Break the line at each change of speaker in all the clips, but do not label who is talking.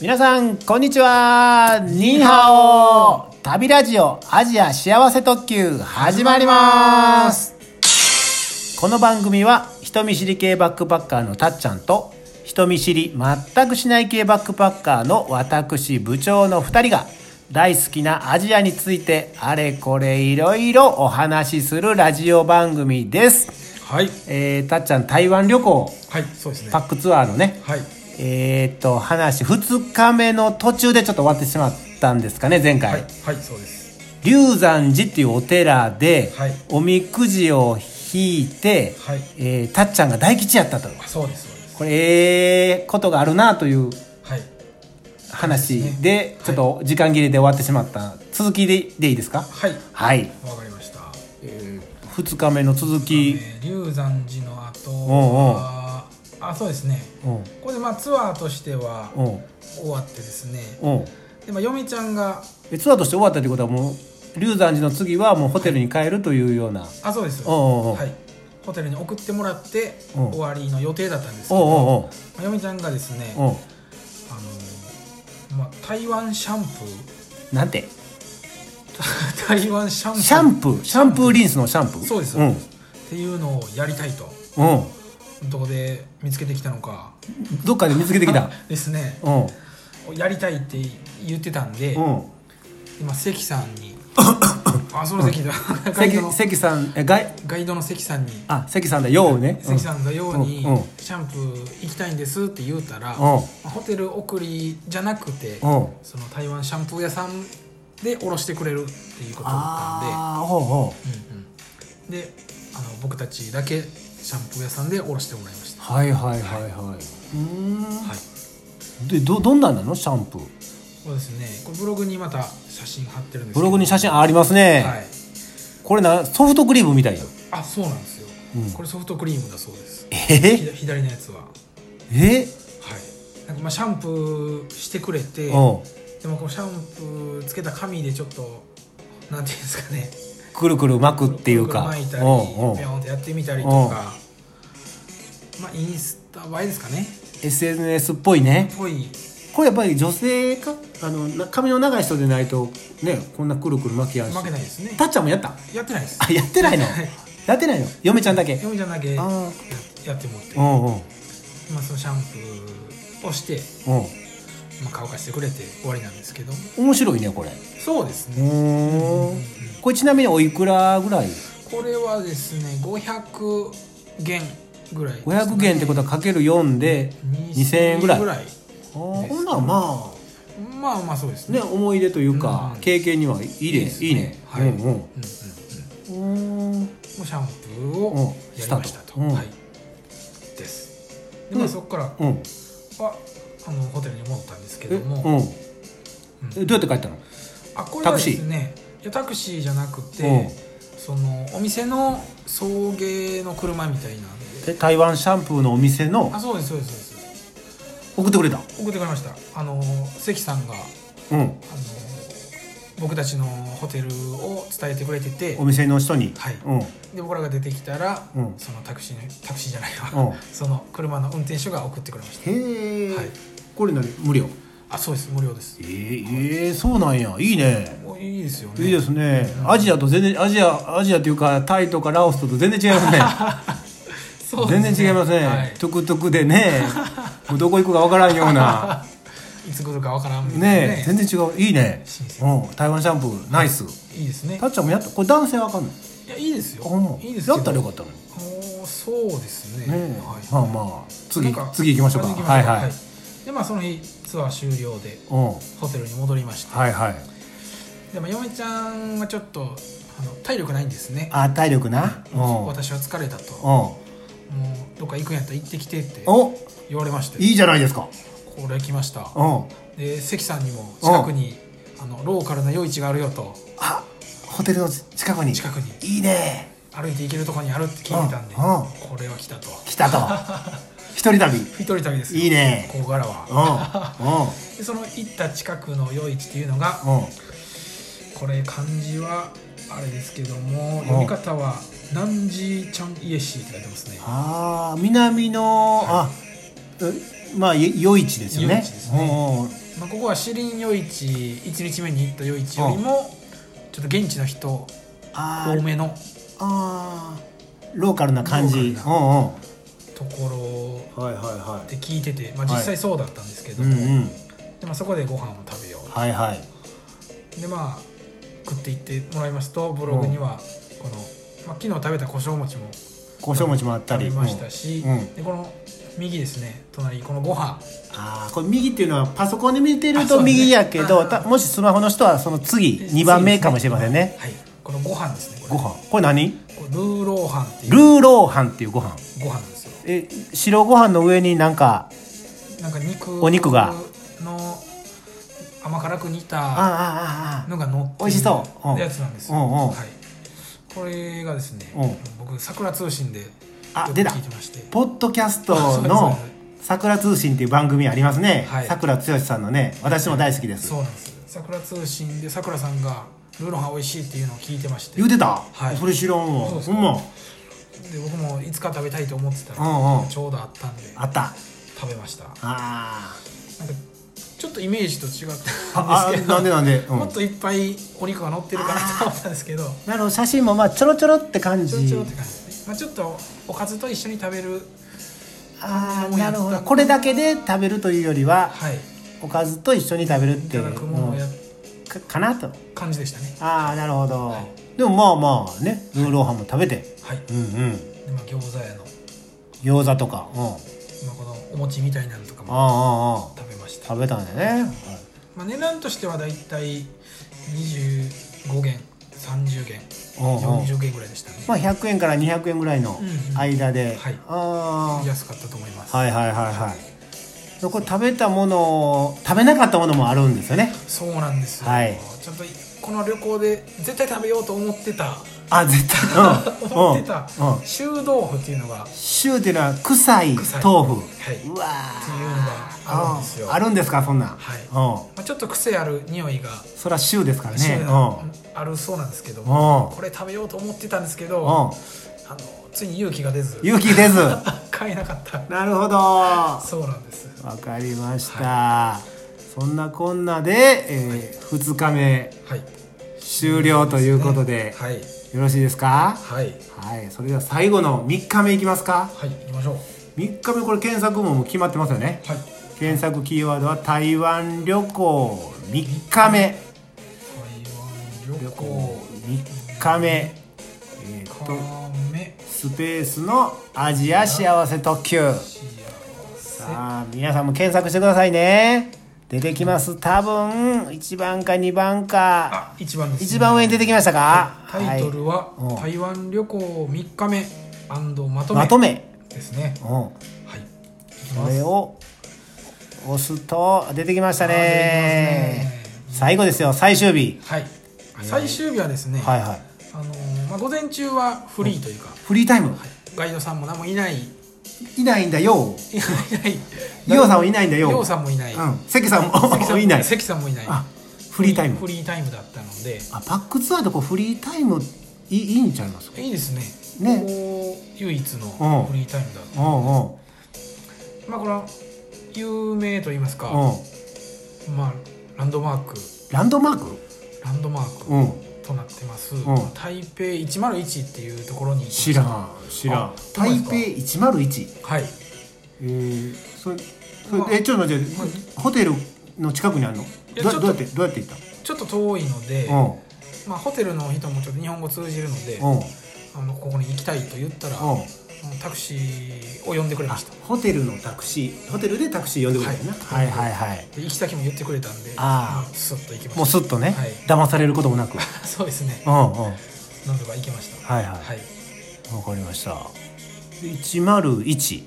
皆さん、こんにちは。ニーハオ旅ラジオアジア幸せ特急始まります。この番組は人見知り系バックパッカーのたっちゃんと人見知り全くしない系バックパッカーの私部長の2人が大好きなアジアについてあれこれいろいろお話しするラジオ番組です。
はい
えー、たっちゃん台湾旅行
はいそうですね
パックツアーのね、
はい
えーっと話2日目の途中でちょっと終わってしまったんですかね前
は
回、
いはいそうです
龍山寺っていうお寺で、
はい
おみくじを引いて、
はい
えーたっちゃんが大吉やったと
あそうですそうです
これええことがあるなという
はい
話
そうです
で
はい
ちょっと時間切れで終わってしまった続きででいいですか
はい
はい、
わかりました
2日目の続き、
えー龍山寺の後
おうおう
はあそうですね
うん
これでまあツアーとしては
うん
終わってですね
うん
でまあ嫁ちゃんが
えツアーとして終わったということはもう龍山寺の次はもうホテルに帰るというような、
あそうです
おうおうおう
はいホテルに送ってもらって
おう
終わりの予定だったんですけ
おう
ど
おう
まあ嫁ちゃんがですね
おうおう
あのーまあ台湾シャンプ
なんて
ー 台湾シャンプー
シャンプーシャンプーリンスのシャンプー
そうです、
うん
っ、ていうのをやりたいと
うん、
どこで見つけてきたのか
どっかで見つけてきた
ですね
うん
やりたいって言ってたんで、
うん
今関さん にあその関だガイドの
関関さんえがい
ガイドの関さんに
あ関さんだようね
関さんのように
うんうん
シャンプー行きたいんですって言うたら、
ん
まあホテル送りじゃなくて、
うん
その台湾シャンプー屋さんでおろしてくれるっていうことだっ
ああほうほ
たんで、うんうんであの僕たちだけシャンプー屋さんでおろしてもらいました
うはいはいはいはいうー
はい
んでどどんなんなのシャンプー
そうですねこれブログにまた写真貼ってるんですけど
ブログに写真ありますね、
はい
これなソフトクリームみたいやん
あそうなんですよ、
うん
これソフトクリームだそうです
え
左左のやつはは
え
いなんかまあシャンプーしてくれて
うん
でもこのシャンプーつけた紙でちょっとなんていうんですかね
くるくる巻くっていうか
巻いた
う
りピ
んうん
ョンってやってみたりと
うん
かまあインスタ映えですかね
SNS っぽいね
ぽい
これやっぱり女性かあのな髪の長い人でないとねこんなくるくる巻きやるし
負けないですね
たっちゃんもやった
やってないです
あやってないのやってないの嫁ちゃんだけ
嫁ちゃんだけや
あ
やってもって
あうんうん
まあそのシャンプーをして、
うん
まあ、乾かしてくれて終わりなんですけど
面白いねこれ
そうですね
うんこれちなみにおいくらぐらい
これはですね500元ぐらいですね、
500元ってことはかける4で2000円ぐらいああほんならま
まあまあそうです
あ
ね
ね思い出というか
うん
経験にはいいね
です
いいね
はい、
うん
うん
う
うんんうんも
うん
うシャンプーをやりましたと、
うん
はいですでまあそこから
うん
はあのホテルに戻ったんですけ
えう
ども、
んえどうやって帰ったの
あこれはですねいやタクシーじゃなくて、
うん
そのお店の送迎の車みたいなんで
え台湾シャンプーのお店の
あそうですそうですそうです
送ってくれた
送ってくれましたあの関さんが
うん
あの僕たちのホテルを伝えてくれてて
お店の人に
はい
うんうん
で僕らが出てきたら、
うん
そのタクシーのタクシーじゃないわ、その車の運転手が送ってくれました
へえ、
はい
これ何無料
あそうです無料です
えー、えー、そうなんやいいね
おいいですよね
いいですねアジアと全然アジアアジアっていうかタイとかラオスとと全然違いますね
そうで
全
すね
然違いますね、
はい、
トゥクトゥクで ねもうどこ行くかわからんようない
つ来るかわからんみたいな
ね全然違ういいね
新鮮
うん台湾シャンプーナイス
いいですね
たっちゃんもやったこれ男性はあかんの
いやいいですよ
あほんま
いいです
やったらよか
っ
ったのにね
たそうですね
え
はい
まあまあ次
なんか
次行きましょうか
次行きま
はい
しょう
はい、
でまあその日ツアー終了で
うん
ホテルに戻りまして
はいはい
でも嫁ちゃんはちょっとあの体力ないんですね
あ体力なうんうん
私は疲れたともうどっか行くんやったら行ってきてって
お
言われまして
いいじゃないですか
これ来ました
うん
で関さんにも近くにあのローカルな夜市があるよと
あホテルの近くに
近くに
いいね
歩いて行けるとこにあるって聞いてたんで
うんうん
これは来たと
来 たと一人旅うん
一人旅ですよ
いいね
ここから
う
は
ん
でその行った近くの夜市っていうのが
うん
これ漢字はあれですけども読み方は「南寺ちゃんイエシー」って書いてますね
ああ南の、あえまあよ夜市ですよね
夜市ですね
うんうん
まあ、ここはシリン夜市1日目に行った夜市よりもちょっと現地の人
あ
多
ー
めの
あーローカルな感じ
ローカル
うんうん
ところ
はいはいは
って聞いてて、まあ、実際そうだったんですけど
う
も、
んうん
でまあ、そこでご飯を食べよ
はいはいう
でまあ食っていってもらいますとブログにはこの、まあ、昨日食べた胡椒餅も
胡椒餅もあった
食
り
べましたし、
うんうん
でこの右ですね隣このご飯
ああこれ右っていうのはパソコンで見てる
あそう
と
ですね
右やけ
あ
ど、
ー
たもしスマホの人はその次2番目かもしれませんね
はいこのご飯ですね
ご
これ
飯これ何
これルーローハンってい
ル
う
ーローハンっていうご飯
ご飯ですよ
え白ご飯の上になんか
なんか肉
お肉が
の甘辛く煮
あ
た
ああ
のが乗ってる
美味しそううん
やつなんですよ、
うんうん
はい、これがですね、
う
僕桜通信でよ
あ
く
出た
聞いてまして
ポッドキャスト
あそうですそう
の
で
「
す
さくら通信」っていう番組ありますね
はい
さくら剛さんのね私も大好きです
そうなんです桜通信で桜さんがルーローハン美味しいっていうのを聞いてまして
言うてた
はい
それ知らんわ
そうです
ほ
か
んま
で僕もいつか食べたいと思ってたら、
うんうん
ちょうどあったんで
あった
食べましたなんか
あ
ちょっとイメージと違ったんです
ーああ
けど
なんでなんで、うん
もっといっぱいお肉が乗ってるかなと思ったんですけど
なるほど写真もまあちょろちょろって感
ちょろち
じ
ょろって感じですね、まあ、ちょっとおかずと一緒に食べる
ああなるほどこれだけで食べるというよりは
はい
おかずと一緒に食べるっ
い
てい
ただ
う
くものをや
かかなと
感じでしたね
ああなるほど、
はい
でもまあまあねルーローハンも食べて
はい
うんうん
で、まあ、餃子屋の、
餃子とかうんあ
まあ、このお餅みたいなのとかも
あああ
食べました、
食べたんだね、はい
まあ、値段としてはだいたい25元30元
うんうん
40元ぐらいでしたね、
まあ、100円から200円ぐらいの
うんうん
間で、
はい
あ
安かったと思います、
あはいはいはいはいでこれ食べたもの食べなかったものもあるんですよね
そうなんですよ、
はい
ちょっとこの旅行で絶対食べようと思ってた
あ絶対うん
思ってた
うんうん
臭豆腐っていうのが
シューっていうのは臭い豆腐
臭いはいう
わ
っていうの
あ
があるんですよ
あるんですかそんなん、
はい
うん
まあ、ちょっと癖ある匂いが
そらシューですから
種
ね
類があるそうなんですけど
うんうん
これ食べようと思ってたんですけど
う ん
あのついに勇気が出ず
勇気出ず
買えなかった
なるほどわ
そうなんです
かりました、そんなこんなで、え2日目
はい
終了ということで、
はい
よろしいですか
はい
はいそれでは最後の3日目いきますか
はい行きましょう
3日目これ検索ももう決まってますよね
はい
検索キーワードは台湾旅行3日目
台湾旅
旅
行
行3日目えーっと
カメ
スペースのアジア幸せ特急
幸せ
さあ皆さんも検索してくださいね出てきます多分1番か2番か
あ一番ですね
一番上に出てきましたか
タイトルは
うん
「台湾旅行3日目まと
ま
め
と」め、
ですね
うん、
はい行き
こ
ます
れを押すと出てきましたね
あ出てきますね
最後ですよ最終日
はい最終日はですね
はいはい
あのーまあ午前中はフリーというか
フリータイム
ガイドさんも何もいないい
いないんだよ
ない
イオさんはいないんだよ
りょうさんもいない
うん関さんもいない
関さんもいない
あフリータイム
フリータイムだったので
あパックツアーでこうフリータイムいいいんちゃいますか
いいですね
ね
ここ唯一
うん
のフリータイムだった
うんうん
まあこれは有名といいますか
うん
まあランドマーク
ランドマーク
ランドマーク
うん
となってます、
ん
台北101っていうところに行きました
知らん知らん
あそうで
台
すか
北101
はい
えー、それそ
まあ
れえちょっと待って、
ま
ホテルの近くにあるの
や
ど
ちょっと
どうやってどうやって行っ
ちょっと遠いので、
たの、
まあ、ホテルの人もちょっと日本語通じるので、
うんうんうん
あのここに行きたいと言ったら、タクシーを呼んでくれま
あ
した
ホテルのタクシーホテルでタクシー呼んでくれたよな、
はい
はいはいはい
で行き先も言ってくれたんで
あー
スッと行きました
もうスッとね、
はい
騙されることもなく
そうですね
うんうんはい
なんとか行きました
はい
はい
わかりましたで101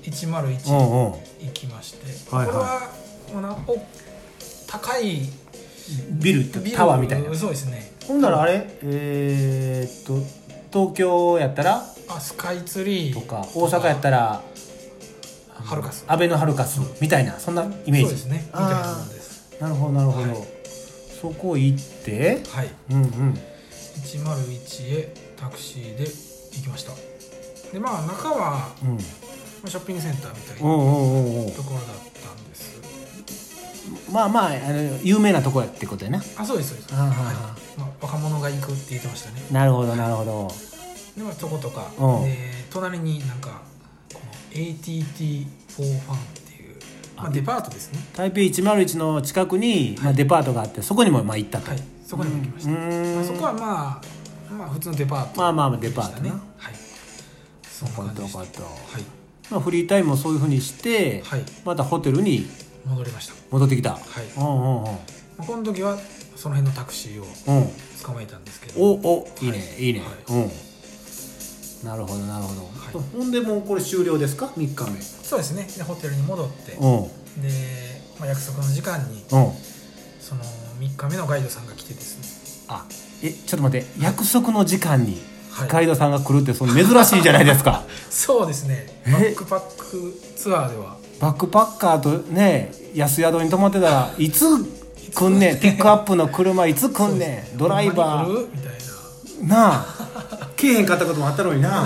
う
101
んうん
行きまして、
はいはい
これはこのお高い
ビルって
ビル
タワーみたいな
そうですね
ほんならあれえー、っと東京やったら
あスカイツリー
とか大阪やったら
ハルカス
安倍のハルカスみたいなそんなイメージ
そうですねみたいなもんです
なるほどなるほど、
はい
そこ行って
はい
うんうん
101へタクシーで行きましたでまあ中は
うん
まあショッピングセンターみたい
おう
な
おうおうおう
ところだったん
まあまああの有名なとこやってことやな
あそうですそうです、
はあはあ
はいまあ、若者が行くって言ってましたね
なるほどなるほど
でまあそことか、
うん
で隣になんかこの ATT4 ファンっていう、まあ、デパートですね
台北101の近くに、まあ、デパートがあってそこにもまあ行ったと、
はいそこにも行きまし
う
た、
ー
まあ
ん
そこはまあまあ普通のデパート
まあまあデパートね
でしたはいそんな
こ
感じ
と
でした
こ
は
と、
い
まあ、フリータイムもそういうふうにして、
はい
またホテルに
戻りました
戻ってきた、
はい、
うんうんうん
まあ、この時はその辺のタクシーを
うん
捕まえたんですけど
おおいいね、、
はい
いね、
は
うんなるほどなるほど、
はい
ほんでもうこれ終了ですか3日目
そうですねでホテルに戻ってで、
うん
まあ、約束の時間に
うん
その3日目のガイドさんが来てですね
あえちょっと待って約束の時間に
はい
ガイドさんが来るってその珍しいじゃないですか
そうですね
え
バックパックツアーでは
バックパッカーとね安宿に泊まってたらいつ来んねんピックアップの車いつ来んねんドライバ
ほ
ー
んまに来るみたい
なあ来えへんかったこともあったのにな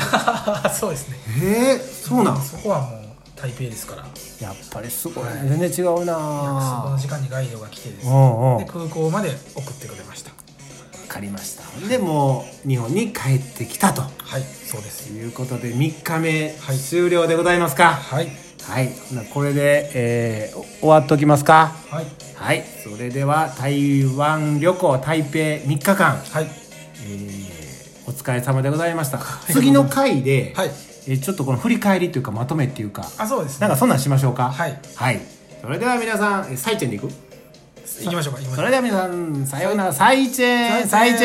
なそうですね
えー、そうなん
そこはもう台北ですから約
やっぱりすごいね全然違う
束の
な
時間にガイドが来てです
う
ね
んうん
で空港まで送ってくれました
分かりましたほんでもう日本に帰ってきたと
はいそうです
いうことで3日目
はい
終了でございますか
はい
はい、ほなこれで、えーお終わっときますか
はい
はいそれでは台湾旅行台北3日間、
はい
えーお疲れ様でございました次の回で、
はい
えーちょっとこの振り返りというかまとめっていうか
あそうです
なん
ね
かそんなんしましょうか
はい、
はい、それでは皆さんえーサイチェンでいく
行きましょうか行きましょう
それでは皆さんさようならサイチェン
サ
サ
イ
イ
チ
チ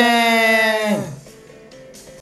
ェ
ェン
ン